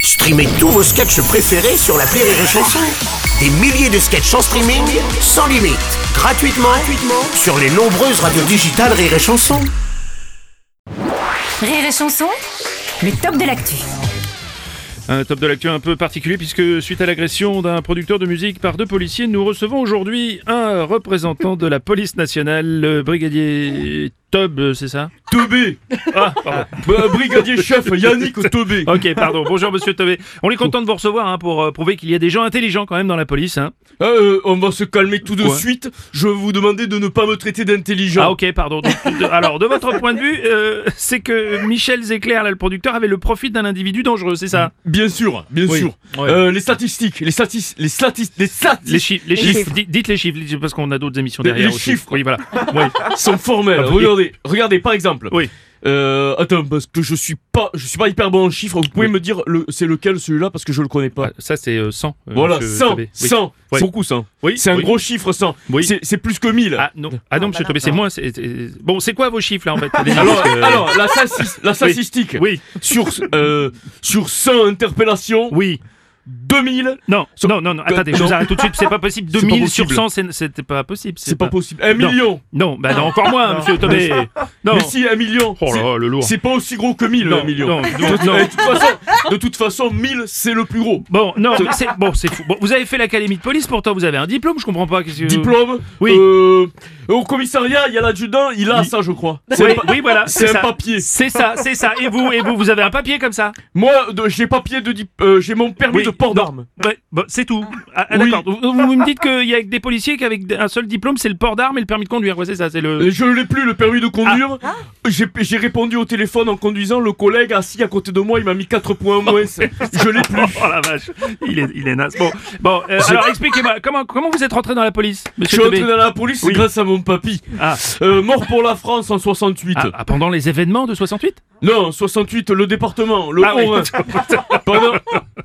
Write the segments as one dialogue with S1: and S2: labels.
S1: Streamez tous vos sketchs préférés sur la Rire et Chanson. Des milliers de sketchs en streaming, sans limite, gratuitement, gratuitement sur les nombreuses radios digitales Rire et Chanson.
S2: Rire et chanson, le top de l'actu.
S3: Un top de l'actu un peu particulier puisque suite à l'agression d'un producteur de musique par deux policiers, nous recevons aujourd'hui un représentant de la police nationale, le brigadier Tob, c'est ça
S4: Tobé
S3: Ah, pardon.
S4: Bah, Brigadier chef Yannick Tobé
S3: Ok, pardon. Bonjour Monsieur Tobé. On est content de vous recevoir hein, pour euh, prouver qu'il y a des gens intelligents quand même dans la police. Hein.
S4: Euh, On va se calmer tout de
S3: Ouais.
S4: suite. Je vais vous demander de ne pas me traiter d'intelligent.
S3: Ah ok, pardon. Donc, de- alors, de votre point de vue, euh, c'est que Michel Zéclair, là, le producteur, avait le profit d'un individu dangereux, c'est ça
S4: Bien sûr, bien
S3: Oui.
S4: sûr.
S3: Ouais.
S4: Euh, les statistiques, les statistiques, les statistiques, les
S3: Les
S4: statistiques
S3: chiffres, les
S2: chiffres.
S3: chiffres. Dites- Dites les chiffres, dites- parce qu'on a d'autres émissions
S4: Les-
S3: derrière
S4: les
S3: aussi.
S4: chiffres.
S3: Oui, voilà.
S4: sont formelles.
S3: Ah oui.
S4: Regardez, regardez par exemple.
S3: Oui.
S4: Euh, attends, parce que je suis pas, je suis pas hyper bon en chiffres. Vous pouvez
S3: Oui.
S4: me dire le, c'est lequel celui-là parce que je le connais pas.
S3: Ah, Ça, c'est euh, 100. euh,
S4: voilà,
S3: monsieur
S4: 100,
S3: Tobé. Oui.
S4: 100,
S3: Ouais.
S4: c'est beaucoup 100.
S3: Oui,
S4: C'est un
S3: oui.
S4: gros chiffre 100.
S3: Oui.
S4: C'est- C'est plus que 1000.
S3: Ah non, ah non, monsieur Tobé, c'est moins. c'est- c'est- Bon, c'est quoi vos chiffres là en fait Allez-y,
S4: Alors,
S3: parce que-
S4: alors, la, statis- la statistique
S3: oui,
S4: sur euh, sur 100 interpellations,
S3: oui.
S4: 2000
S3: Non,
S4: Sur-
S3: non, non, non, attendez, je
S4: non.
S3: vous arrête tout de suite, c'est pas possible.
S4: C'est pas
S3: 2000 sur
S4: possible.
S3: 100, c'est- c'était pas possible.
S4: C'est pas possible. Un
S3: Non.
S4: million
S3: Non, bah non, encore moins, monsieur Tobé. Non.
S4: Mais si, un million
S3: Oh là
S4: c'est-
S3: là, le lourd.
S4: C'est pas aussi gros que 1000,
S3: Non,
S4: un million
S3: non,
S4: de,
S3: non, Mm. non.
S4: de toute façon, de toute façon, 1000, c'est le plus gros.
S3: Bon, non, mais c'est bon, c'est fou. Bon, vous avez fait l'académie de police, pourtant vous avez un diplôme, je comprends pas. qu'est-ce que-
S4: Diplôme
S3: Oui.
S4: euh, Au commissariat, il y a l'adjudant, il a
S3: Il-
S4: ça, je crois. C'est
S3: Oui,
S4: un pa-
S3: oui, voilà,
S4: c'est un
S3: ça.
S4: papier.
S3: C'est ça, c'est ça. Et vous, et vous, vous avez un papier comme ça
S4: Moi, de- j'ai papier de... dip- euh, j'ai mon permis
S3: Oui,
S4: de port
S3: non.
S4: d'armes.
S3: Ouais, bon, c'est tout. Ah, ah,
S4: Oui.
S3: D'accord. Vous, vous me dites qu'il y a que des policiers qu'avec d- un seul diplôme, c'est le port d'armes et le permis de conduire. Ouais, c'est ça, c'est le.
S4: Euh, Je l'ai plus, le permis de conduire. Euh, J'ai j'ai répondu au téléphone en conduisant. Le collègue assis à côté de moi, il m'a mis 4 points au moins. je l'ai plus.
S3: Oh la vache, il est, il est naze. Bon, bon euh, alors expliquez-moi, comment, comment vous êtes rentré dans la police,
S4: Je
S3: monsieur
S4: suis
S3: Tobé
S4: entré dans la police
S3: Oui.
S4: grâce à mon papy.
S3: Ah.
S4: Euh, mort pour la France en 68.
S3: Ah, ah, pendant les événements de 68
S4: Non, 68, le département, le
S3: Ah oui. Euh,
S4: Haut-Rhin.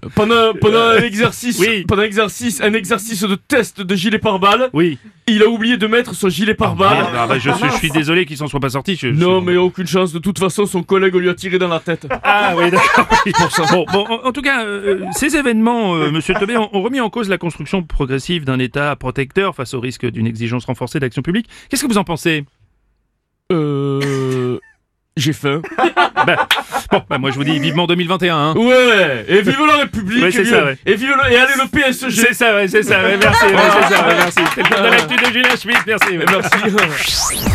S4: pendant, pendant, pendant un exercice,
S3: Oui.
S4: pendant un exercice, un exercice de test de gilet pare-balles,
S3: Oui.
S4: il a oublié de mettre son gilet
S3: Ah,
S4: pare-balles.
S3: bah, bah, je, suis, je suis désolé qu'ils s'en soient pas sortis. je- je-
S4: non, mais aucune chance. De toute façon, son collègue lui a tiré dans la tête.
S3: Ah oui, d'accord. oui, pour ça. Bon, bon, en, en tout cas, euh, ces événements, euh, Monsieur Tobé, ont, ont remis en cause la construction progressive d'un État protecteur face au risque d'une exigence renforcée d'action publique. Qu'est-ce que vous en pensez
S4: Euh, j'ai faim.
S3: bah, Bon, bah, moi je vous dis vivement 2021. hein.
S4: Ouais. Et vive la République.
S3: Ouais,
S4: et,
S3: c'est
S4: vive,
S3: ça, ouais.
S4: et vive le, et allez le PSG.
S3: C'est ça, ouais, c'est ça. ouais, merci, ouais, c'est ça, ouais, merci. C'est le tour de l'actu de Julien Schmitt, merci. ouais.
S4: Merci.